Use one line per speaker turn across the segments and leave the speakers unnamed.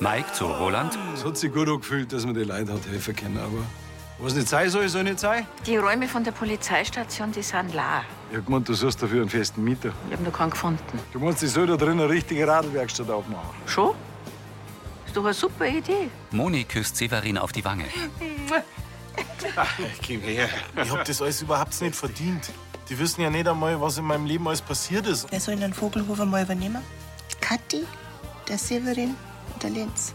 Mike zu Roland.
Es hat sich gut angefühlt, dass man die Leute hat helfen können, aber was nicht sein soll, soll nicht sein.
Die Räume von der Polizeistation, die sind leer.
Ich hab gemeint, du suchst dafür einen festen Mieter.
Ich habe noch keinen gefunden.
Du meinst, ich soll da drin eine richtige Radlwerkstatt aufmachen.
Schon? Ist doch eine super Idee.
Moni küsst Severin auf die Wange.
Gib her.
Ich hab das alles überhaupt nicht verdient. Die wissen ja nicht einmal, was in meinem Leben alles passiert ist.
Wer soll den Vogelhof mal übernehmen? Kathi, der Severin und der Lenz.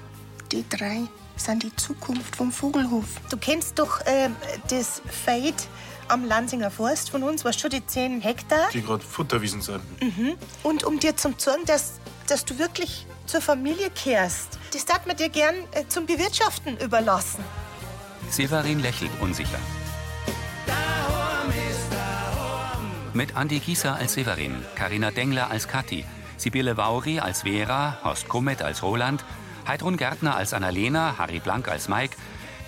Die drei sind die Zukunft vom Vogelhof. Du kennst doch ähm, das Feld am Lansinger Forst von uns, was schon die 10 Hektar.
Die gerade Futterwiesen sind.
Und um dir zum zeigen, dass, dass du wirklich zur Familie kehrst, das darf man dir gern äh, zum Bewirtschaften überlassen.
Severin lächelt unsicher. Mit Andi Gieser als Severin, Karina Dengler als Kathi, Sibylle Vauri als Vera, Horst Kummet als Roland, Heidrun Gärtner als Annalena, Harry Blank als Mike,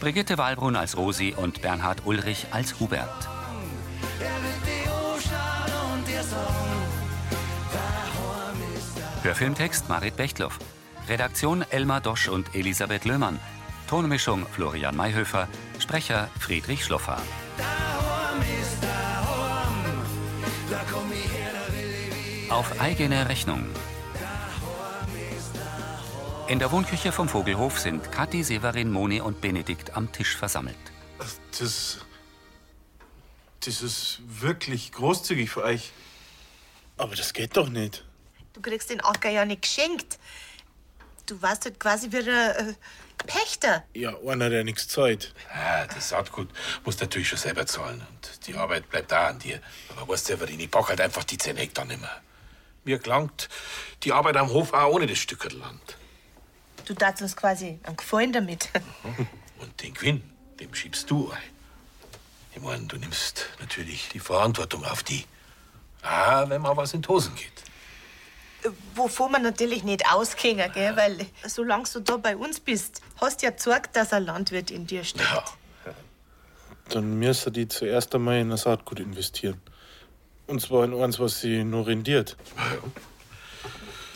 Brigitte Wahlbrunn als Rosi und Bernhard Ulrich als Hubert. Hörfilmtext Marit Bechtloff. Redaktion Elmar Dosch und Elisabeth Löhmann. Tonmischung Florian Mayhöfer. Sprecher Friedrich Schloffer. Auf eigene Rechnung. In der Wohnküche vom Vogelhof sind Kathi, Severin, Moni und Benedikt am Tisch versammelt.
Das. Das ist wirklich großzügig für euch. Aber das geht doch nicht.
Du kriegst den Acker ja nicht geschenkt. Du warst halt quasi wie ein äh, Pächter.
Ja, einer, der nichts zahlt.
Ah, das Saatgut musst du natürlich schon selber zahlen. Und die Arbeit bleibt da an dir. Aber weißt du, Severin, ich brauch halt einfach die 10 Hektar nimmer. Mir gelangt die Arbeit am Hof auch ohne das Stück Land.
Du tatst uns quasi einen Gefallen damit.
Mhm.
Und den Quinn, dem schiebst du ein. Ich meine, du nimmst natürlich die Verantwortung auf die. Ah, wenn mal was in die Hosen geht.
Äh, Wovon man natürlich nicht ausgehen, gell? Weil solange du da bei uns bist, hast du ja gezeigt, dass ein Landwirt in dir steckt.
Ja.
Dann müsst ihr die zuerst einmal in das Saatgut investieren. Und zwar in eins, was sie nur rendiert.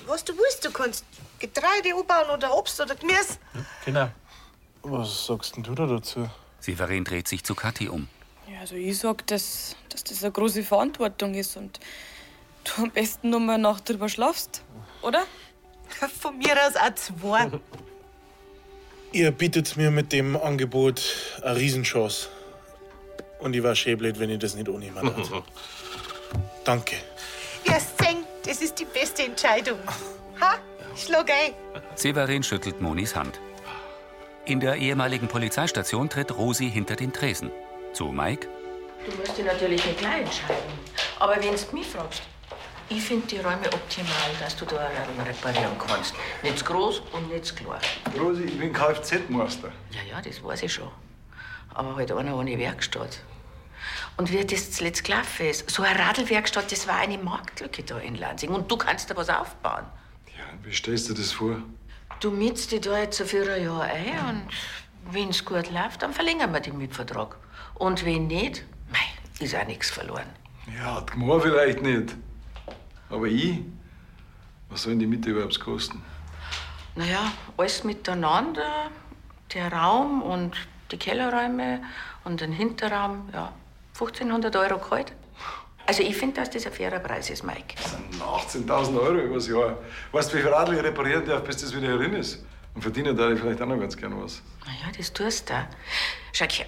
Was du willst, du kannst Getreide anbauen oder Obst oder Gemüse.
Genau.
Was sagst denn du da dazu?
Severin dreht sich zu Kathi um.
Ja, also ich sag, dass, dass das eine große Verantwortung ist und du am besten noch mal eine Nacht drüber schlafst, oder?
Von mir aus auch zwei.
Ihr bietet mir mit dem Angebot eine Riesenchance. Und ich war schäblet, wenn ihr das nicht ohne jemand hat. Danke.
Wirst sehen, das ist die beste Entscheidung. Ha, schlag ein.
Severin schüttelt Monis Hand. In der ehemaligen Polizeistation tritt Rosi hinter den Tresen. Zu Mike.
Du musst dich natürlich nicht gleich entscheiden. Aber wenn du mich fragst, ich finde die Räume optimal, dass du da Radl reparieren kannst. Nicht zu groß und nicht zu klein.
Rosi, ich bin Kfz-Meister.
Ja, ja, das weiß ich schon. Aber halt einer ohne Werkstatt. Und wie das zuletzt gelaufen ist, so eine Radlwerkstatt, das war eine Marktlücke da in Lansing. Und du kannst da was aufbauen.
Ja, wie stellst du das vor?
Du mietst dich da jetzt für ein Jahr ein und wenn es gut läuft, dann verlängern wir den Mietvertrag. Und wenn nicht, mei, ist auch nichts verloren.
Ja, die Gmor vielleicht nicht. Aber ich? Was sollen die Miete überhaupt kosten?
Naja, alles miteinander, der Raum und die Kellerräume und den Hinterraum, ja, 1500 Euro kalt. Also ich finde, dass das ein fairer Preis ist, Mike.
Das sind 18.000 Euro übers Jahr. Weißt du, wie viel Radl ich reparieren darf, bis das wieder herin ist? Und verdienen da vielleicht auch noch ganz gern was.
Naja, das tust du. Schau her,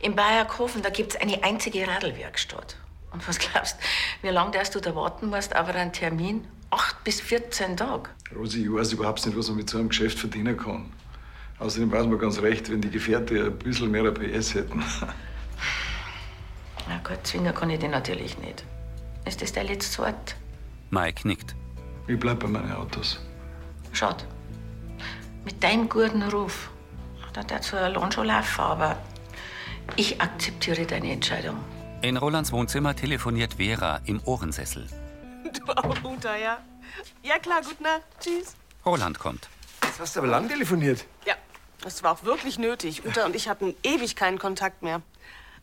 in Bayerkofen, da gibt's eine einzige Radlwerkstatt. Und was glaubst wie lange darfst du da warten musst auf einen Termin? Acht bis 14 Tage.
Rosi, ich weiß überhaupt nicht, was man mit so einem Geschäft verdienen kann. Außerdem weiß man ganz recht, wenn die Gefährte ein bisschen mehr PS hätten.
Na gut, zwingen kann ich dich natürlich nicht. Ist das dein letztes Wort?
Mike nickt.
Ich bleib bei meinen Autos.
Schade. Mit deinem guten Ruf. Da darfst du allein schon laufen, aber ich akzeptiere deine Entscheidung.
In Rolands Wohnzimmer telefoniert Vera im Ohrensessel.
Du auch, Mutter, ja. Ja, klar, gute Nacht. Tschüss.
Roland kommt.
Jetzt hast du aber lang telefoniert.
Ja, das war auch wirklich nötig. Uta und ich hatten ewig keinen Kontakt mehr.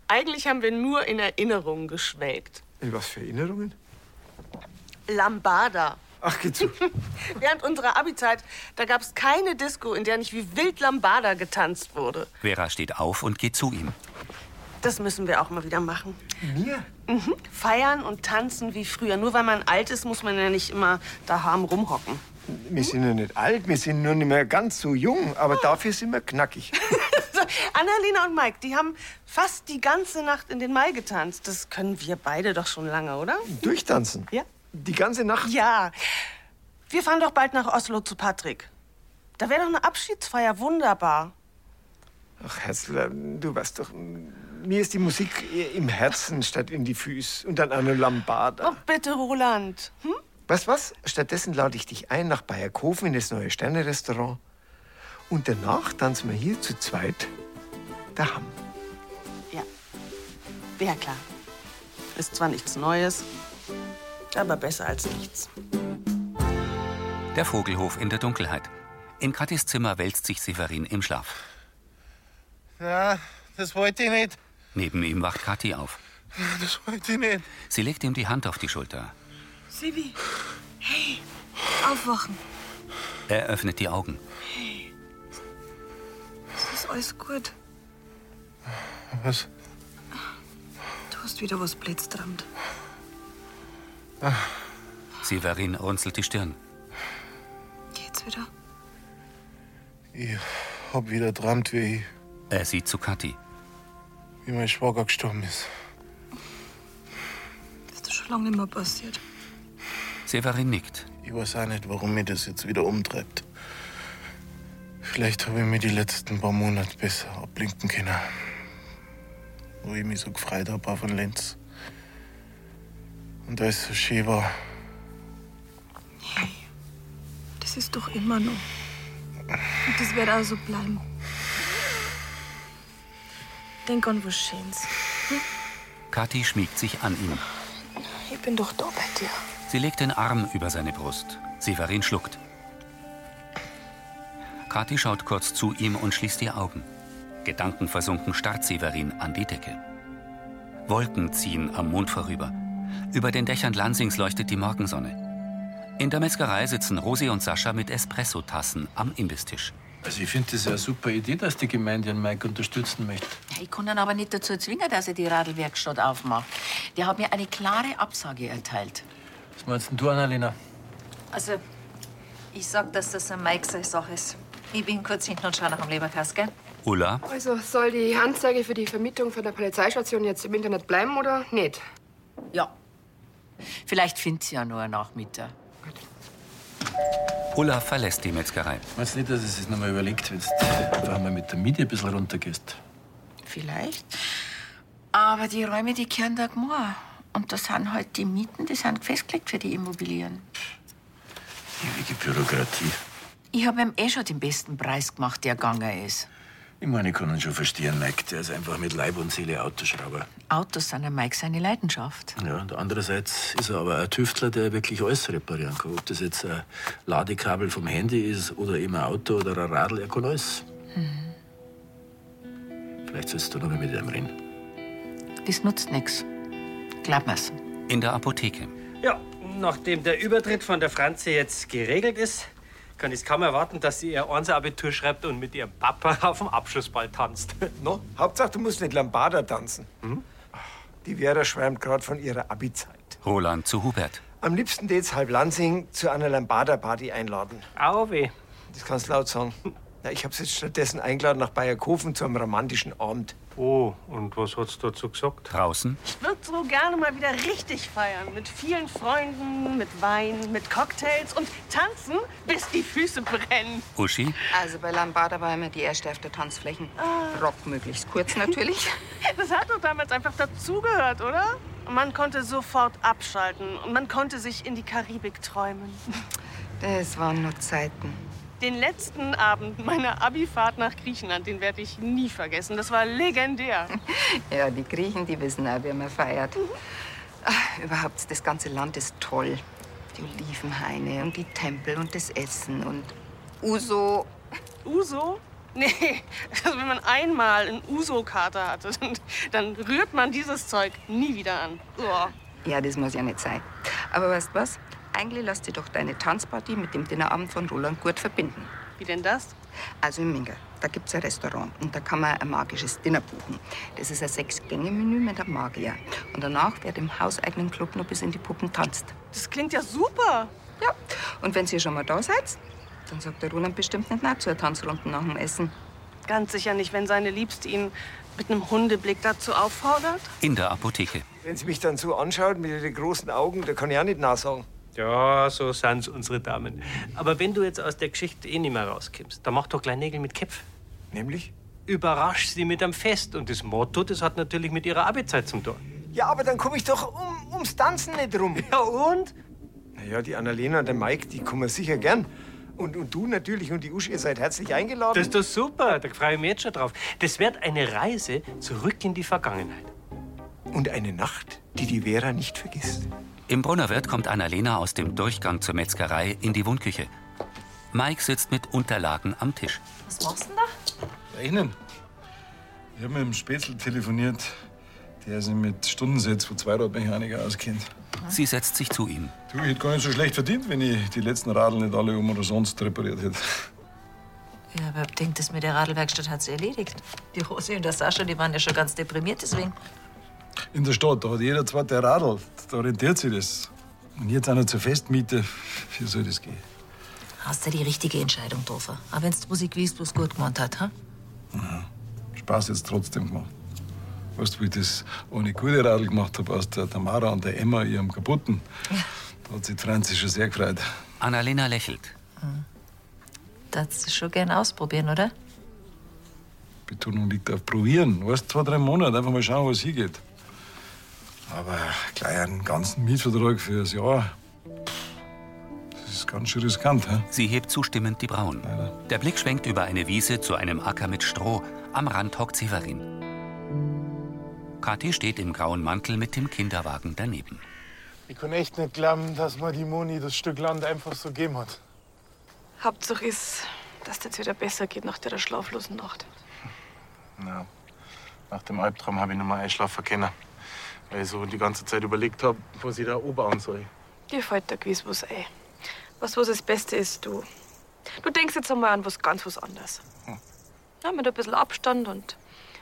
Eigentlich haben wir nur
Äh,
in Erinnerungen geschwelgt.
In was für Erinnerungen?
Lambada.
Ach, geh zu.
Während unserer Abi-Zeit, da gab es keine Disco, in der nicht wie wild Lambada getanzt wurde.
Vera steht auf und geht zu ihm.
Das müssen wir auch mal wieder machen.
Mir?
Mhm. Feiern und tanzen wie früher. Nur weil man alt ist, muss man ja nicht immer daheim rumhocken.
Wir sind ja nicht alt, wir sind nur nicht mehr ganz so jung, aber dafür sind wir knackig.
Annalena und Mike, die haben fast die ganze Nacht in den Mai getanzt. Das können wir beide doch schon lange, oder?
Durchtanzen?
Ja.
Die ganze Nacht?
Ja. Wir fahren doch bald nach Oslo zu Patrick. Da wäre doch eine Abschiedsfeier wunderbar.
Ach, Herzler, du weißt doch, mm, mir ist die Musik eher im Herzen statt in die Füße und dann eine Lambada.
Oh, bitte, Roland. Hm?
Weißt was? Stattdessen lade ich dich ein nach Bayerkofen in das neue Sterne-Restaurant. Und danach tanzen wir hier zu zweit daheim.
Ja. Ja, klar. Ist zwar nichts Neues, aber besser als nichts.
Der Vogelhof in der Dunkelheit. In Katis Zimmer wälzt sich Severin im Schlaf.
Na, das wollte ich nicht.
Neben ihm wacht Kathi auf.
Das wollte ich nicht.
Sie legt ihm die Hand auf die Schulter.
Sibi, hey, aufwachen.
Er öffnet die Augen.
Hey, es ist alles gut.
Was?
Du hast wieder was blitzdrammt.
Severin runzelt die Stirn.
Geht's wieder?
Ich hab wieder drammt, wie, ich-
Er sieht zu Kathi.
wie mein Schwager gestorben ist.
Ist das schon lange nicht mehr passiert?
Severin nickt.
Ich weiß auch nicht, warum mir das jetzt wieder umtreibt. Vielleicht habe ich mir die letzten paar Monate besser ablenken können. Wo ich mich so gefreut habe auf den Lenz. Und alles so schön war.
Das ist doch immer noch. Und das wird auch so bleiben. Denk an was Schönes. Hm?
Kathi schmiegt sich an ihn.
Ich bin doch da bei dir.
Sie legt den Arm über seine Brust. Severin schluckt. Kathi schaut kurz zu ihm und schließt die Augen. Gedankenversunken starrt Severin an die Decke. Wolken ziehen am Mond vorüber. Über den Dächern Lansings leuchtet die Morgensonne. In der Metzgerei sitzen Rosi und Sascha mit Espressotassen am Imbistisch.
Also ich finde das ja eine super Idee, dass die Gemeinde den Mike unterstützen möchte.
Ich kann ihn aber nicht dazu zwingen, dass er die Radlwerkstatt aufmacht. Der hat mir eine klare Absage erteilt.
Was meinst denn du, Annalena?
Also, ich sag, dass das ein Mike seine Sache ist. Ich bin kurz hinten und schau nach dem Leberkass, gell?
Ulla,
Also soll die Anzeige für die Vermietung von der Polizeistation jetzt im Internet bleiben oder nicht?
Ja. Vielleicht findet sie ja nur einen Nachmittag.
Ulla verlässt die Metzgerei.
Meinst du nicht, dass es sich nochmal überlegt, wenn du einfach mal mit der Miete ein bisschen runtergehst?
Vielleicht. Aber die Räume, die kehren da gemacht. Und da sind halt die Mieten, die sind festgelegt für die Immobilien.
Ewige Bürokratie.
Ich habe ihm eh schon den besten Preis gemacht, der gegangen ist.
Ich meine, ich kann ihn schon verstehen, Mike. Der ist einfach mit Leib und Seele Autoschrauber.
Autos sind der Mike seine Leidenschaft.
Ja, und andererseits ist er aber ein Tüftler, der wirklich alles reparieren kann. Ob das jetzt ein Ladekabel vom Handy ist oder eben ein Auto oder ein Radl, er kann alles. Vielleicht sollst du noch mal mit ihm reden.
Das nutzt nichts. Glaub mir's.
In der Apotheke.
Ja, nachdem der Übertritt von der Franzi jetzt geregelt ist, kann ich kaum erwarten, dass sie ihr unser Abitur schreibt und mit ihrem Papa auf dem Abschlussball tanzt.
No? Hauptsache, du musst nicht Lambada tanzen. Die Vera schwärmt gerade von ihrer Abi-Zeit.
Roland zu Hubert.
Am liebsten tät's halb Lansing zu einer Lambada-Party einladen.
Au weh.
Das kannst laut sagen. Na, ich hab's jetzt stattdessen eingeladen nach Bayerkofen zu einem romantischen Abend.
Oh, und was hat's dazu gesagt?
Draußen?
Ich würde so gerne mal wieder richtig feiern. Mit vielen Freunden, mit Wein, mit Cocktails und tanzen, bis die Füße brennen.
Uschi?
Also bei Lambada war immer
Die erste auf der Tanzflächen.
Ah.
Rock möglichst kurz natürlich.
Das hat doch damals einfach dazugehört, oder? Man konnte sofort abschalten und man konnte sich in die Karibik träumen.
Das waren nur Zeiten.
Den letzten Abend meiner Abifahrt nach Griechenland, den werde ich nie vergessen. Das war legendär.
Ja, die Griechen, die wissen auch, wie man feiert. Ah, Überhaupt, das ganze Land ist toll. Die Olivenhaine und die Tempel und das Essen und Uso.
Uso? Nee, also wenn man einmal einen Uso-Kater hatte, dann, dann rührt man dieses Zeug nie wieder an. Uah.
Ja, das muss ja nicht sein. Aber weißt du was?
Eigentlich lass dich doch deine Tanzparty mit dem Dinnerabend von Roland Gurt verbinden.
Wie denn das?
Also in Minga, da gibt's ein Restaurant und da kann man ein magisches Dinner buchen. Das ist ein Sechs-Gänge-Menü mit einem Magier. Und danach wird im hauseigenen Club noch bis in die Puppen tanzt.
Das klingt ja super.
Ja, und wenn ihr schon mal da seid, dann sagt der Roland bestimmt nicht nein zur Tanzrunde nach dem Essen.
Ganz sicher nicht, wenn seine Liebste ihn mit einem Hundeblick dazu auffordert.
In der Apotheke.
Wenn sie mich dann so anschaut mit ihren großen Augen, da kann ich auch nicht nein sagen.
Ja, so sind's unsere Damen. Aber wenn du jetzt aus der Geschichte eh nicht mehr rauskommst, dann mach doch gleich Nägel mit Köpf.
Nämlich?
Überrasch sie mit einem Fest. Und das Motto, das hat natürlich mit ihrer Arbeitszeit zum Tor.
Ja, aber dann komme ich doch um, ums Tanzen nicht rum.
Ja, und?
Naja, die Annalena und der Mike, die kommen sicher gern. Und, und du natürlich und die Uschi, ihr seid herzlich eingeladen.
Das ist doch super, da freue ich mich jetzt schon drauf. Das wird eine Reise zurück in die Vergangenheit.
Und eine Nacht, die die Vera nicht vergisst.
Im Brunnerwirt kommt Annalena aus dem Durchgang zur Metzgerei in die Wohnküche. Mike sitzt mit Unterlagen am Tisch.
Was machst du denn da?
Bei Ihnen? Ich habe mit dem Spätzl telefoniert, der sich mit Stundensätze von Zweiradmechaniker auskennt.
Sie setzt sich zu ihm.
Du, ich hätte gar nicht so schlecht verdient, wenn ich die letzten Radl nicht alle um oder sonst repariert hätte.
Ja, aber ich denke, das mit der Radlwerkstatt hat sie erledigt. Die Rosi und der Sascha, die waren ja schon ganz deprimiert deswegen.
In der Stadt, da hat jeder zweite ein Radl. Da rentiert sich das. Und jetzt einer zur Festmiete. Wie soll das gehen?
Hast du die richtige Entscheidung getroffen. Aber wenn du Musik wiest, was gut gemeint hat, ha?
Spaß jetzt trotzdem gemacht. Weißt du, wie ich das ohne gute Radl gemacht habe, aus der Tamara und der Emma, ihrem kaputten? Da hat sich die Franzi schon sehr gefreut.
Annalena lächelt.
Hm. Das ist schon gern ausprobieren, oder?
Betonung liegt auf probieren. Weißt zwei, drei Monate, einfach mal schauen, was hier geht. Aber gleich einen ganzen Mietvertrag für das Jahr. Das ist ganz schön riskant, hä?
Sie hebt zustimmend die Brauen. Der Blick schwenkt über eine Wiese zu einem Acker mit Stroh. Am Rand hockt Severin. Kathi steht im grauen Mantel mit dem Kinderwagen daneben.
Ich kann echt nicht glauben, dass mir die Moni das Stück Land einfach so gegeben hat.
Hauptsache ist, dass es jetzt wieder besser geht nach der schlaflosen Nacht.
Na, nach dem Albtraum habe ich nicht mehr einschlafen können. Weil ich so die ganze Zeit überlegt habe, was ich da obauen soll.
Dir fällt da gewiss was ein. Was, was das Beste ist, du. Du denkst jetzt einmal an was ganz was anderes. Ja, mit ein bisschen Abstand und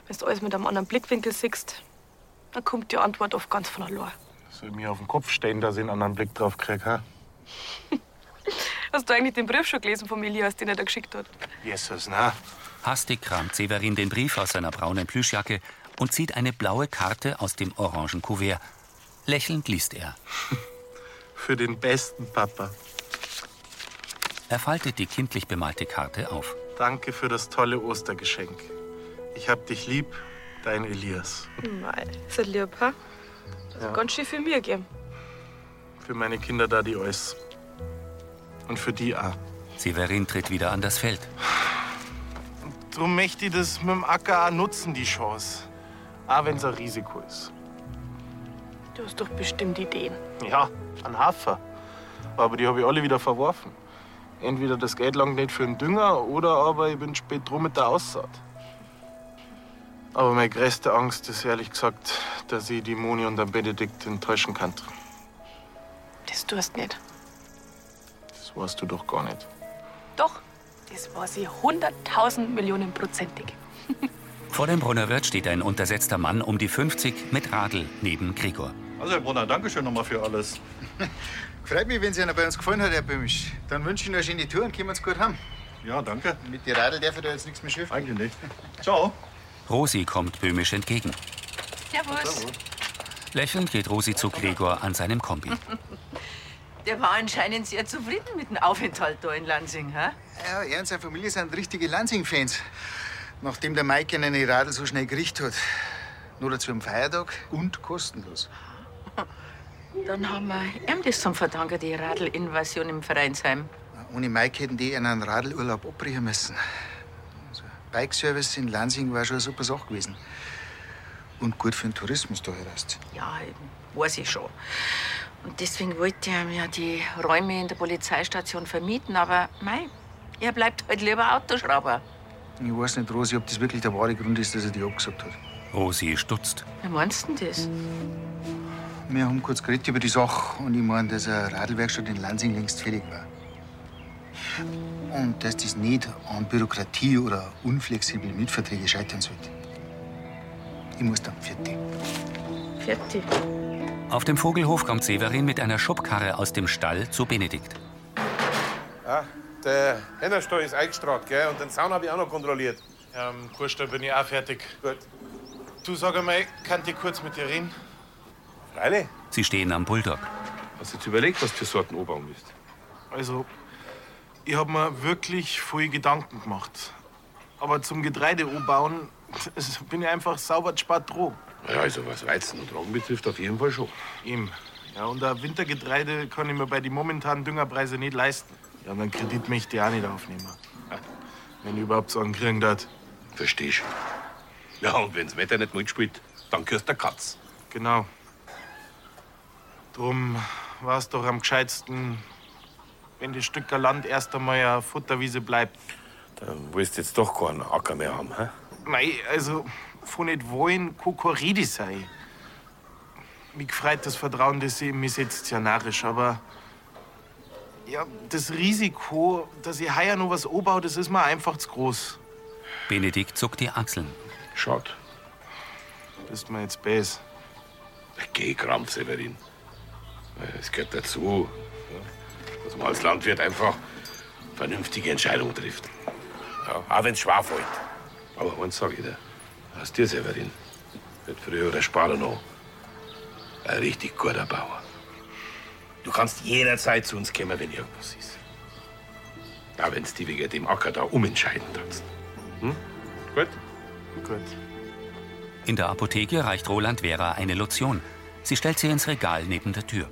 wenn du alles mit einem anderen Blickwinkel siehst, dann kommt die Antwort oft ganz von allein.
Soll mir auf den Kopf stehen, dass ich einen anderen Blick drauf krieg, ha?
Hast du eigentlich den Brief schon gelesen von Elias, den er da geschickt hat?
Jesus, na.
Hastig kramt Severin den Brief aus seiner braunen Plüschjacke und zieht eine blaue Karte aus dem orangen Kuvert. Lächelnd liest er.
Für den besten Papa.
Er faltet die kindlich bemalte Karte auf.
Danke für das tolle Ostergeschenk. Ich hab dich lieb, dein Elias.
Mei, ist er lieb, ha? Also
Ja.
ganz schön viel Mühe gegeben.
Für meine Kinder da die Eus. Und für die auch.
Severin tritt wieder an das Feld.
Drum möchte ich das mit dem Acker auch nutzen, die Chance. Auch wenn's ein Risiko ist.
Du hast doch bestimmt Ideen.
Ja, an Hafer. Aber die habe ich alle wieder verworfen. Entweder das Geld langt nicht für den Dünger oder aber ich bin spät drum mit der Aussaat. Aber meine größte Angst ist ehrlich gesagt, dass ich die Moni und den Benedikt enttäuschen kann.
Das tust nicht.
Das weißt du doch gar nicht.
Doch, das war sie 100.000 Millionen prozentig.
Vor dem Brunnerwirt steht ein untersetzter Mann um die 50 mit Radl neben Gregor.
Also, Herr Brunner, Dankeschön nochmal für alles.
Freut mich, wenn es Ihnen bei uns gefallen hat, Herr Böhmisch. Dann wünsche ich Ihnen eine schöne Tour und kommen Sie gut heim.
Ja, danke.
Mit den Radl darf ich da jetzt nichts mehr schiffen.
Eigentlich nicht. Ciao.
Rosi kommt böhmisch entgegen.
Servus.
Lächelnd geht Rosi zu Gregor an seinem Kombi.
Der war anscheinend sehr zufrieden mit dem Aufenthalt da in Lansing, ha?
Ja, er und seine Familie sind richtige Lansing-Fans. Nachdem der Mike ihnen die Radl so schnell gerichtet hat. Nur dazu am Feiertag und kostenlos.
Dann haben wir ihm das zum Verdanken, die Radl-Invasion im Vereinsheim.
Ohne Mike hätten die einen Radlurlaub abbrechen müssen. Also, Bike-Service in Lansing war schon eine super Sache gewesen. Und gut für den Tourismus da heraus.
Ja, eben, weiß ich schon. Und deswegen wollte er mir die Räume in der Polizeistation vermieten, aber mei, er bleibt
halt
heute lieber Autoschrauber.
Ich weiß nicht, Rosi, ob das wirklich der wahre Grund ist, dass er die abgesagt hat.
Rosi stutzt.
Wie meinst du denn das?
Wir haben kurz geredet über die Sache und ich meine, dass eine Radlwerkstatt in Lansing längst fertig war. Und dass das nicht an Bürokratie oder unflexiblen Mietverträgen scheitern sollte. Ich muss dann fertig.
Fertig.
Auf dem Vogelhof kommt Severin mit einer Schubkarre aus dem Stall zu Benedikt.
Ah, der Hennerstall ist eingestrahlt, gell? Und den Zaun habe ich auch noch kontrolliert. Ähm, Kurstall bin ich auch fertig. Gut. Du sag einmal, kann ich kurz mit dir reden? Freilich.
Sie stehen am Bulldog.
Hast du jetzt überlegt, was für Sorten anbauen willst?
Also, ich habe mir wirklich viel Gedanken gemacht. Aber zum Getreide umbauen das bin ich einfach sauber spart dran.
Ja, also was Weizen und Roggen betrifft, auf jeden Fall schon.
Eben. Ja, und ein Wintergetreide kann ich mir bei den momentanen Düngerpreisen nicht leisten. Ja, und einen Kredit möchte ich auch nicht aufnehmen. Wenn ich überhaupt so einen kriegen darf.
Versteh ich. Ja, und wenn's Wetter nicht mitspielt, dann gehörst der Katz.
Genau. Drum war es doch am gescheitsten, wenn das Stück Land erst einmal eine Futterwiese bleibt.
Dann willst du jetzt doch keinen Acker mehr haben, hä?
Mei, also von nicht wollen Kokoridi sei. Mich freut das Vertrauen, das sie in mich setzt, ja narrisch, aber ja, das Risiko, dass ich heuer noch was anbaue, das ist mir einfach zu groß.
Benedikt zuckt die Achseln.
Schaut.
Bist mir jetzt bes.
Geh, Krampf, Severin. Äh, Es gehört dazu, ja, dass man als Landwirt einfach vernünftige Entscheidungen trifft. Ja, auch wenn's schwer fällt. Aber eins sag ich dir. Aus dir, Severin, wird früher oder später noch ein richtig guter Bauer. Du kannst jederzeit zu uns kommen, wenn irgendwas ist. Auch wenn's die wegen dem Acker da umentscheiden tanzt. Hm? Gut?
Gut.
In der Apotheke reicht Roland Vera eine Lotion. Sie stellt sie ins Regal neben der Tür.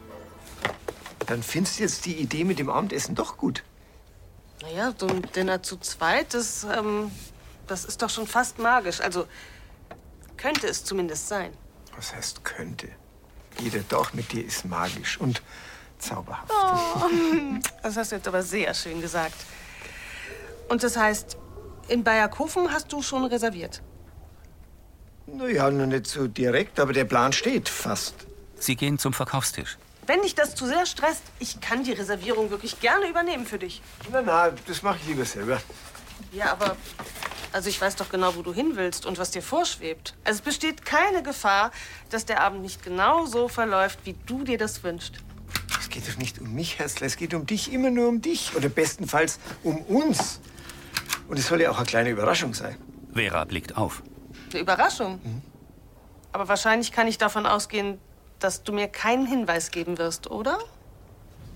Dann findest du jetzt die Idee mit dem Abendessen doch gut.
Naja, so ein Dinner zu zweit, das, ähm, das ist doch schon fast magisch. Also könnte es zumindest sein.
Was heißt könnte? Jeder Tag mit dir ist magisch und zauberhaft.
Oh, das hast du jetzt aber sehr schön gesagt. Und das heißt, in Bayerkofen hast du schon reserviert.
Naja, noch nicht so direkt, aber der Plan steht fast.
Sie gehen zum Verkaufstisch.
Wenn dich das zu sehr stresst, ich kann die Reservierung wirklich gerne übernehmen für dich.
Na, na, das mache ich lieber selber.
Ja, aber. Also ich weiß doch genau, wo du hin willst und was dir vorschwebt. Also es besteht keine Gefahr, dass der Abend nicht genau so verläuft, wie du dir das wünschst.
Es geht doch nicht um mich, Herzler. Es geht um dich, immer nur um dich. Oder bestenfalls um uns. Und es soll ja auch eine kleine Überraschung sein.
Vera blickt auf.
Eine Überraschung. Aber wahrscheinlich kann ich davon ausgehen, dass du mir keinen Hinweis geben wirst, oder?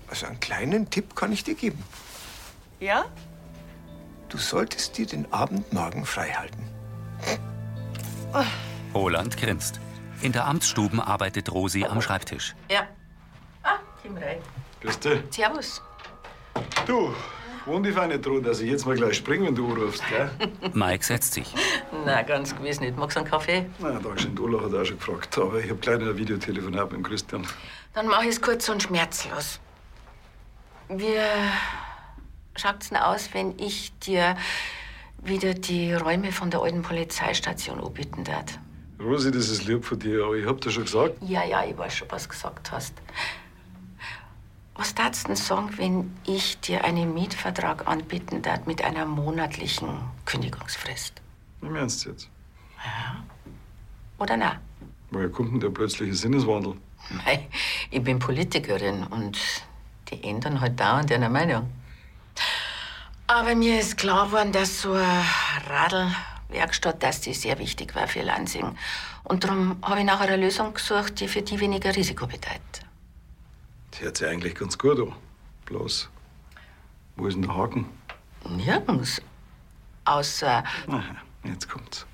Also einen kleinen Tipp kann ich dir geben.
Ja?
Du solltest dir den Abend morgen frei halten.
Roland grinst. In der Amtsstuben arbeitet Rosi am Schreibtisch.
Ja. Ah, komm rein.
Grüß dich.
Servus.
Du, wohn dich auch nicht dran, dass ich jetzt mal gleich springe, wenn du anrufst, gell?
Mike setzt sich.
Na, ganz gewiss nicht. Magst du einen Kaffee?
Na, Dankeschön, Ola hat auch schon gefragt. Aber ich habe gleich noch ein Videotelefonat mit dem Christian.
Dann mach ich's kurz und schmerzlos. Wie äh, schaut's denn aus, wenn ich dir wieder die Räume von der alten Polizeistation anbieten darf?
Rosi, das ist lieb von dir, aber ich hab dir schon gesagt.
Ja, ja, ich weiß schon, was du gesagt hast. Was darfst du denn sagen, wenn ich dir einen Mietvertrag anbieten darf mit einer monatlichen Kündigungsfrist?
Im Ernst jetzt?
Oder na?
Woher kommt denn der plötzliche Sinneswandel?
Mei, ich bin Politikerin und die ändern halt dauernd ihre Meinung. Aber mir ist klar geworden, dass so eine Radlwerkstatt, dass die sehr wichtig war für Lansing. Und darum habe ich nach einer Lösung gesucht, die für die weniger Risiko bedeutet.
Das hört sich eigentlich ganz gut an. Bloß, wo ist denn der Haken?
Nirgends. Außer,
Aha, jetzt kommt's.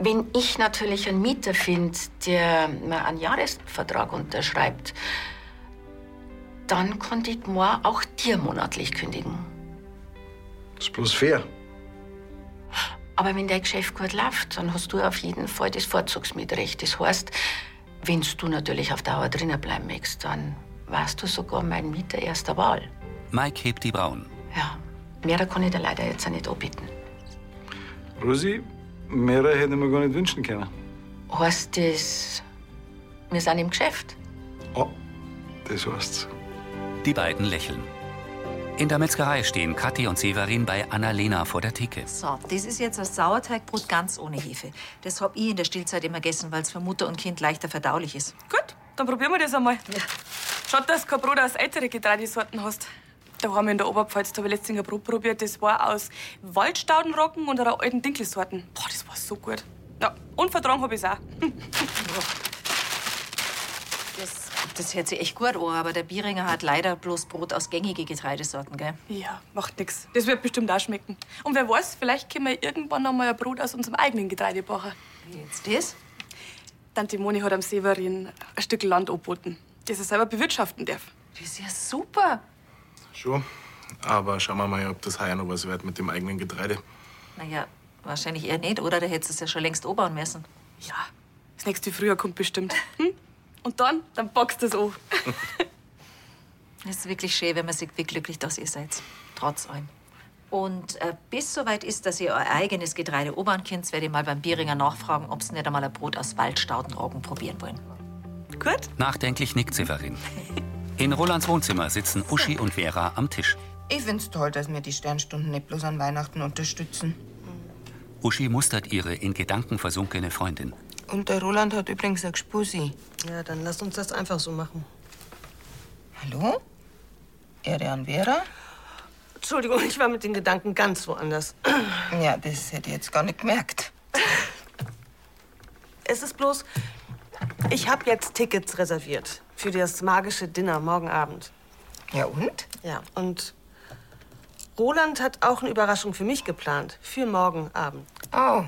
wenn ich natürlich einen Mieter finde, der mir einen Jahresvertrag unterschreibt, dann kann ich morgen auch dir monatlich kündigen.
Das ist bloß fair.
Aber wenn dein Geschäft gut läuft, dann hast du auf jeden Fall das Vorzugsmietrecht. Das heißt, wenn du natürlich auf Dauer drinnen bleiben möchtest, dann warst du sogar mein Mieter erster Wahl.
Mike hebt die Brauen.
Ja, mehr kann ich dir leider jetzt auch nicht anbieten.
Rosi, mehrere hätte ich mir gar nicht wünschen können.
Heißt das, wir sind im Geschäft?
Ah, das heißt's.
Die beiden lächeln. In der Metzgerei stehen Kathi und Severin bei Annalena vor der Theke.
So, das ist jetzt ein Sauerteigbrot ganz ohne Hefe. Das hab ich in der Stillzeit immer gegessen, weil es für Mutter und Kind leichter verdaulich ist.
Gut, dann probieren wir das einmal. Schaut, dass du kein Brot aus älteren Getreidesorten hast. Da haben wir in der Oberpfalz, da habe ich letztens ein Brot probiert. Das war aus Waldstaudenrocken und einer alten Dinkelsorten. Boah, das war so gut. Ja, und vertragen habe ich auch.
Das, das hört sich echt gut an, aber der Bieringer hat leider bloß Brot aus gängigen Getreidesorten, gell?
Ja, macht nix. Das wird bestimmt auch schmecken. Und wer weiß, vielleicht können wir irgendwann noch mal ein Brot aus unserem eigenen Getreide backen.
Jetzt das?
Tante Moni hat am Severin ein Stück Land angeboten, das er selber bewirtschaften darf.
Das ist ja super.
Schon. Aber schauen wir mal, ob das heuer noch was wird mit dem eigenen Getreide.
Naja, wahrscheinlich eher nicht, oder? Da hättest du es ja schon längst obern müssen.
Ja, das nächste Frühjahr kommt bestimmt. Hm? Und dann, dann boxt das an.
Es ist wirklich schön, wenn man sieht, wie glücklich das ihr seid. Trotz allem. Und äh, bis soweit ist, dass ihr euer eigenes Getreide obern könnt, werde ich mal beim Bieringer nachfragen, ob sie nicht einmal ein Brot aus Waldstaudenroggen probieren wollen.
Nachdenklich nickt Severin. In Rolands Wohnzimmer sitzen Uschi und Vera am Tisch.
Ich find's toll, dass mir die Sternstunden nicht bloß an Weihnachten unterstützen.
Uschi mustert ihre in Gedanken versunkene Freundin.
Und der Roland hat übrigens eine Gspusi.
Ja, dann lasst uns das einfach so machen.
Hallo? Ehre an Vera?
Entschuldigung, ich war mit den Gedanken ganz woanders.
Ja, das hätte ich jetzt gar nicht gemerkt.
Es ist bloß, ich habe jetzt Tickets reserviert für das magische Dinner morgen Abend.
Ja und?
Ja, und Roland hat auch eine Überraschung für mich geplant. Für morgen Abend.
Oh.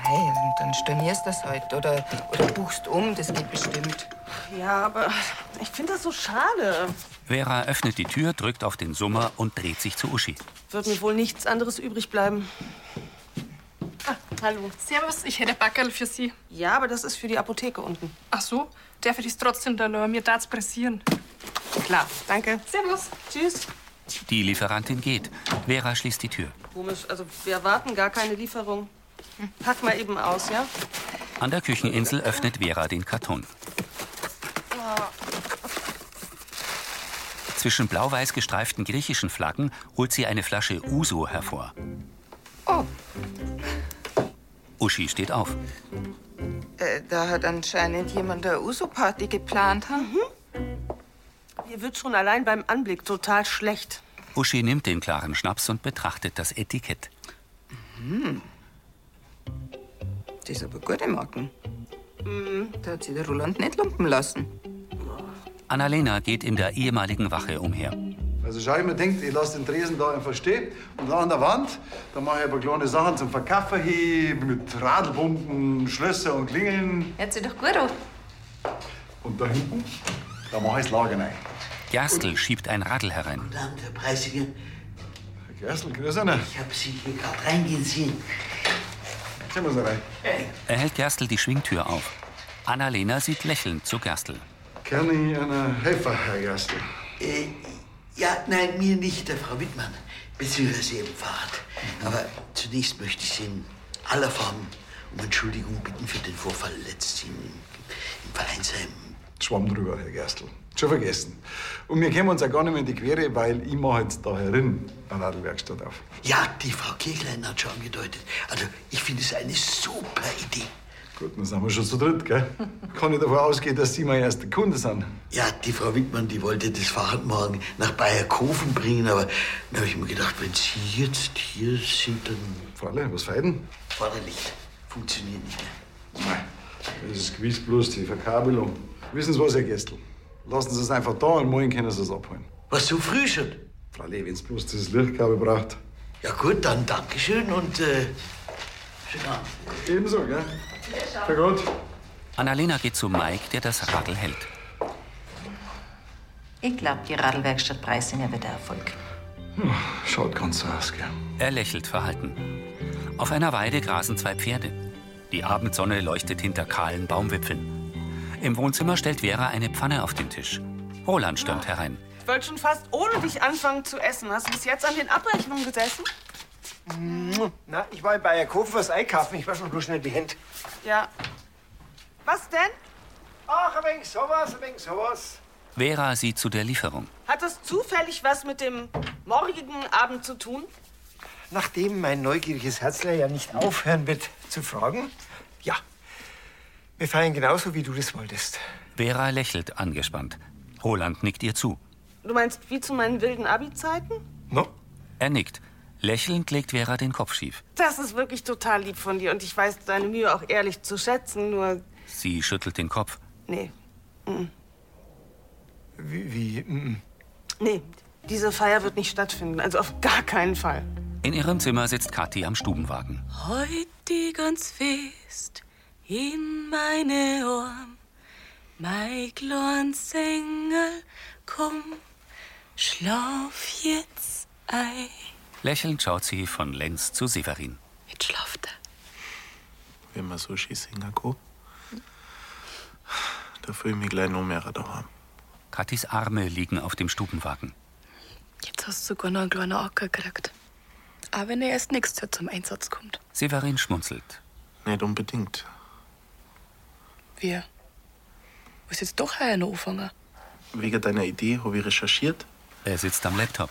Hey, und dann stornierst du das heute oder, oder buchst um, das geht bestimmt.
Ja, aber ich finde das so schade.
Vera öffnet die Tür, drückt auf den Summer und dreht sich zu Uschi.
Wird mir wohl nichts anderes übrig bleiben.
Ah, hallo. Servus, ich hätte Backerl für Sie.
Ja, aber das ist für die Apotheke unten.
Ach so, darf ich das trotzdem da lassen? Mir darf's pressieren.
Klar, danke.
Servus.
Tschüss.
Die Lieferantin geht. Vera schließt die Tür.
Komisch, also wir erwarten gar keine Lieferung. Pack mal eben aus, ja?
An der Kücheninsel öffnet Vera den Karton.
Oh,
Zwischen blau-weiß gestreiften griechischen Flaggen holt sie eine Flasche Uso hervor.
Oh.
Uschi steht auf.
Äh, da hat anscheinend jemand eine Uso-Party geplant, hm?
Mhm. Mir wird schon allein beim Anblick total schlecht.
Uschi nimmt den klaren Schnaps und betrachtet das Etikett.
Hm. Das ist aber gute Marken. Hm, Da hat sich der Roland nicht lumpen lassen.
Annalena geht in der ehemaligen Wache umher.
Also schau, ich mir denkt, ich lasse den Tresen da einfach stehen und an der Wand, da mache ich ein paar kleine Sachen zum Verkaufen hin, mit Radlpumpen, Schlösser und Klingeln.
Hört sich doch gut an.
Und da hinten, da mache ich das Lager rein.
Gerstl schiebt ein Radl herein.
Abend, Herr Preisiger. Herr
Gerstl, grüß einer.
Ich habe Sie hier gerade reingehen sehen.
Sehen wir rein.
Er hält Gerstl die Schwingtür auf. Annalena sieht lächelnd zu Gerstl.
Kann ich einer helfen, Herr Gerstl?
Äh, ja, nein, mir nicht, der Frau Wittmann. Beziehungsweise eben Fahrrad.
Mhm.
Aber zunächst möchte ich Sie in aller Form um Entschuldigung bitten für den Vorfall letztens im, im Vereinsheim.
Schwamm drüber, Herr Gerstl. Schon vergessen. Und wir kämen uns auch gar nicht mehr in die Quere, weil ich mache jetzt da herin eine Radlwerkstatt auf.
Ja, die Frau Kirchlein hat schon angedeutet. Also, ich finde es eine super Idee.
Gut, dann sind wir schon zu dritt, gell? Kann ich davon ausgehen, dass Sie mein erster Kunde sind?
Ja, die Frau Wittmann, die wollte das Fahrrad morgen nach Bayerkofen bringen, aber dann habe ich mir gedacht, wenn Sie jetzt hier sind, dann.
Fräulein, was feiden?
Vorderlicht. Funktioniert nicht mehr.
Das ist gewiss bloß die Verkabelung. Wissen Sie was, Herr Gerstl? Lassen Sie es einfach da und morgen können Sie es abholen.
Was, so früh schon?
Frau Lee, wenn es bloß dieses Lichtkabel braucht.
Ja, gut, dann Dankeschön und. Äh, schönen Abend.
Ebenso, gell? Sehr gut.
Annalena geht zu Mike, der das Radl hält.
Ich glaube, die Radlwerkstatt Preisinger wird ein Erfolg.
Schaut ganz so aus, gell?
Er lächelt verhalten. Auf einer Weide grasen zwei Pferde. Die Abendsonne leuchtet hinter kahlen Baumwipfeln. Im Wohnzimmer stellt Vera eine Pfanne auf den Tisch. Roland stürmt herein.
Ich wollte schon fast ohne dich anfangen zu essen. Hast du bis jetzt an den Abrechnungen gesessen?
Na, ich war in Bayerkofen was einkaufen. Ich war schon bloß schnell behend.
Ja. Was denn?
Ach, ein wenig sowas, ein wenig sowas.
Vera sieht zu der Lieferung.
Hat das zufällig was mit dem morgigen Abend zu tun?
Nachdem mein neugieriges Herzler ja nicht aufhören wird zu fragen, ja, wir feiern genauso, wie du das wolltest.
Vera lächelt angespannt. Roland nickt ihr zu.
Du meinst wie zu meinen wilden Abi-Zeiten?
Er nickt. Lächelnd legt Vera den Kopf schief.
Das ist wirklich total lieb von dir und ich weiß deine Mühe auch ehrlich zu schätzen, nur
Sie schüttelt den Kopf.
nee. Mm,
Wie, wie, mm,
Nee, diese Feier wird nicht stattfinden, also auf gar keinen Fall.
In ihrem Zimmer sitzt Kathi am Stubenwagen.
Heute ganz fest in meine Ohren. Mein kleines Engel, komm, schlaf jetzt ein.
Lächelnd schaut sie von Lenz zu Severin.
Jetzt schlaft er.
Wenn man so schießt, Singako. Da fühle ich mich gleich noch mehr daheim.
Kathis Arme liegen auf dem Stubenwagen.
Jetzt hast du sogar noch einen kleinen Acker gekriegt. Auch wenn er erst nächstes Jahr zum Einsatz kommt.
Severin schmunzelt.
Nicht unbedingt.
Wir. Willst jetzt doch heuer noch anfangen?
Wegen deiner Idee habe ich recherchiert.
Er sitzt am Laptop.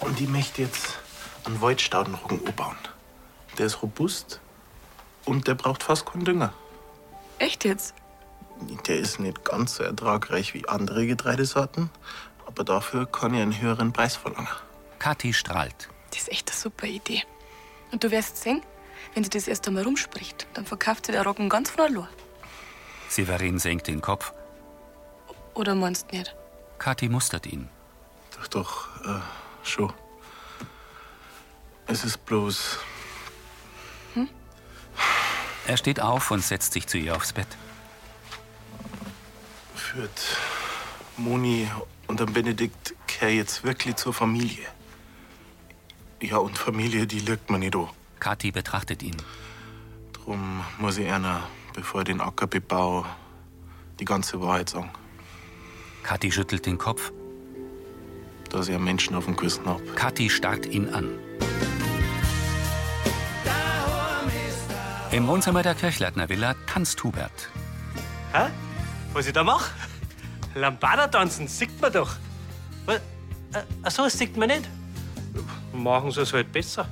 Und ich möchte jetzt einen Waldstaudenroggen anbauen. Der ist robust und der braucht fast keinen Dünger.
Echt jetzt?
Der ist nicht ganz so ertragreich wie andere Getreidesorten, aber dafür kann ich einen höheren Preis verlangen.
Kathi strahlt.
Das ist echt eine super Idee. Und du wirst sehen, wenn sie das erst einmal rumspricht, dann verkauft sie der Roggen ganz von allein.
Severin senkt den Kopf.
Oder meinst du nicht?
Kathi mustert ihn.
Doch, doch, äh, schon. Es ist bloß.
Er steht auf und setzt sich zu ihr aufs Bett.
Führt Moni und dann Benedikt kehr jetzt wirklich zur Familie. Ja, und Familie, die lügt man nicht an.
Kathi betrachtet ihn.
Drum muss ich einer, bevor ich den Acker bebaue, die ganze Wahrheit sagen.
Kathi schüttelt den Kopf.
Dass ich einen Menschen auf dem Gewissen hab.
Kathi starrt ihn an. Im Wohnzimmer der Kirchleitner Villa tanzt Hubert.
Hä? Was ich da mache? Lambada tanzen, sieht man doch. Was? Äh, Ach so, das sieht man nicht. Machen sie es halt besser.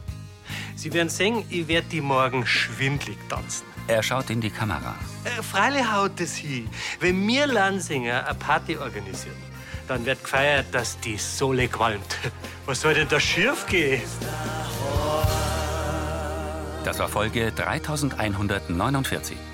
Sie werden sehen, ich werde die morgen schwindlig tanzen.
Er schaut in die Kamera.
Äh, Freilich haut es hin. Wenn wir Lansinger eine Party organisieren, dann wird gefeiert, dass die Sohle qualmt. Was soll denn da schief gehen?
Das war Folge 3149.